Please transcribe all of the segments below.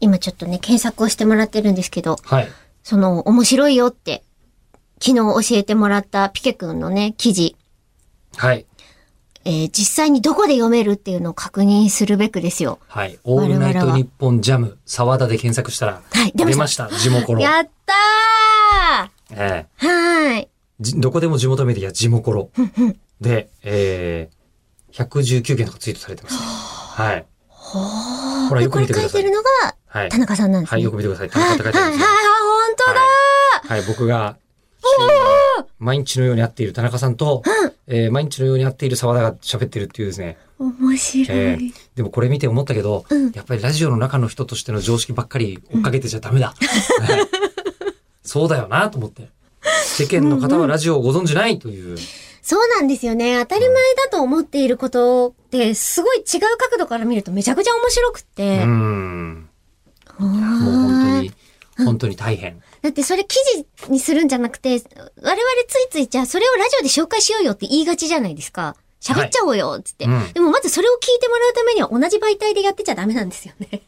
今ちょっとね、検索をしてもらってるんですけど、はい。その、面白いよって、昨日教えてもらったピケ君のね、記事、はい。えー実際にどこで読めるっていうのを確認するべくですよ。はい。オールナイトニッポンジャム、沢田で検索したら、はい出ました出ました、地元ロ。やったええーはーい。じどこでも地元メディア、地元ロ。で、えー、119件とかツイートされてます、ね。はい。ほーほらよく見てくだこさいれ書いてるのが、はい田。中さんなんですはね。い、よく見てください。田中って書いてあはい、はい、りますよはい、本当だ、はい、はい、僕が、毎日のように会っている田中さんと、えー毎日のように会っている沢田が喋ってるっていうですね。面白い。えーでもこれ見て思ったけど、やっぱりラジオの中の人としての常識ばっかり追っかけてちゃダメだ。はいそうだよなと思って。世間の方はラジオをご存じないという。そうなんですよね。当たり前だと思っていることって、すごい違う角度から見るとめちゃくちゃ面白くうて。ん。もうも本当に、本当に大変。だってそれ記事にするんじゃなくて、我々ついついじゃあそれをラジオで紹介しようよって言いがちじゃないですか。喋っちゃおうよっつって、はいうんでもまずそれを聞いてもらうためには同じ媒体でやってちゃダメなんですよね。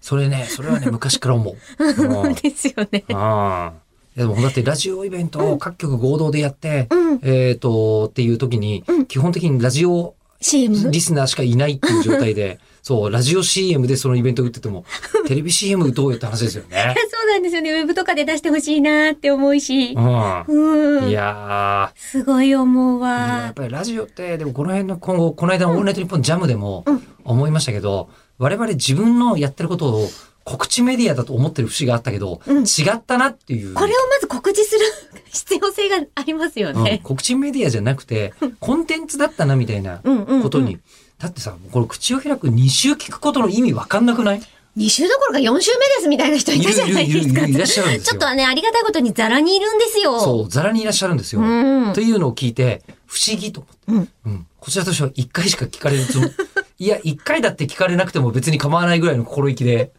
それね、それはね、昔から思う。う んですよね。ああ。いやでもだってラジオイベントを各局合同でやって、うんえっ、と、っていう時に、基本的にラジオ CM? リスナーしかいないっていう状 態で、そう、ラジオ CM でそのイベント打ってても、テレビ CM どうよって話ですよね。そうなんですよね。ウェブとかで出してほしいなって 思うし。う。うんん。いやすごい思うー、やっわ。ぱりラジオって、でもこの辺の今後、この間のオールナイトニッポンジャムでも思いましたけど、我々自分のやってることを告知メディアだと思ってる節があったけど、違ったなっていう。これをまず告知する必要性がありますようん、ね。告知メディアじゃなく て、コンテンツだったなみたいなことうんうんに。だってさ、これ口を開く2週聞くことの意味わかんな くない2週どころか4週目ですみたいな人いたじゃないですか。いるいるいるいらっしゃるんですよちょっとはね、ありがたいことにザラにいるんですよ。そう、ざらにいらっしゃるんですよ。うんというのを聞いて、不思議と思って。うん。こちらとしては1回しか聞かれるつも り。いや、1回だって聞かれなくても別に構わないぐらいの心意気で。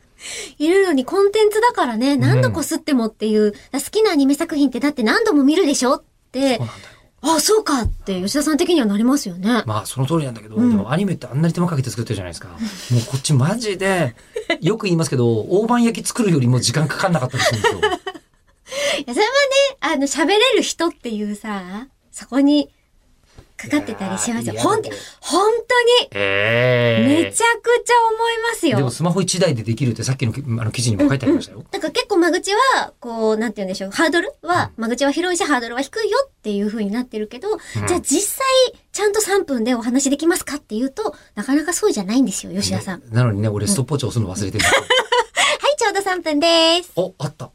いるのにコンテンツだからね、何度こすってもっていう、好きなアニメ作品ってだって何度も見るでしょってそう、なんだよ。あ、そうかって吉田さん的にはなりますよね。まあ、その通りなんだけど、でもアニメってあんなに手間かけて作ってるじゃないですか。もうこっちマジで、よく言いますけど、大判焼き作るよりも時間かかんなかったりするんですよ。いやそれはね、あの、喋れる人っていうさ、そこにかかってたりしますよ。いやーほん、本いや当に、 めえちゃくちゃ思いますよ。でもスマホ1台でできるってさっきのきあの記事にも書いてありましたよ。だから結構間口は、こう、なんて言うんでしょう。ハードルは、間口は広いし、ハードルは低いよっていう風になってるけど、じゃあ実際、ちゃんと3分でお話できますかっていうと、なかなかそうじゃないんですよ、吉田さん。は なのにね、俺ストップウォッチ押すの忘れてる。い、ちょうど3分です。お、あった。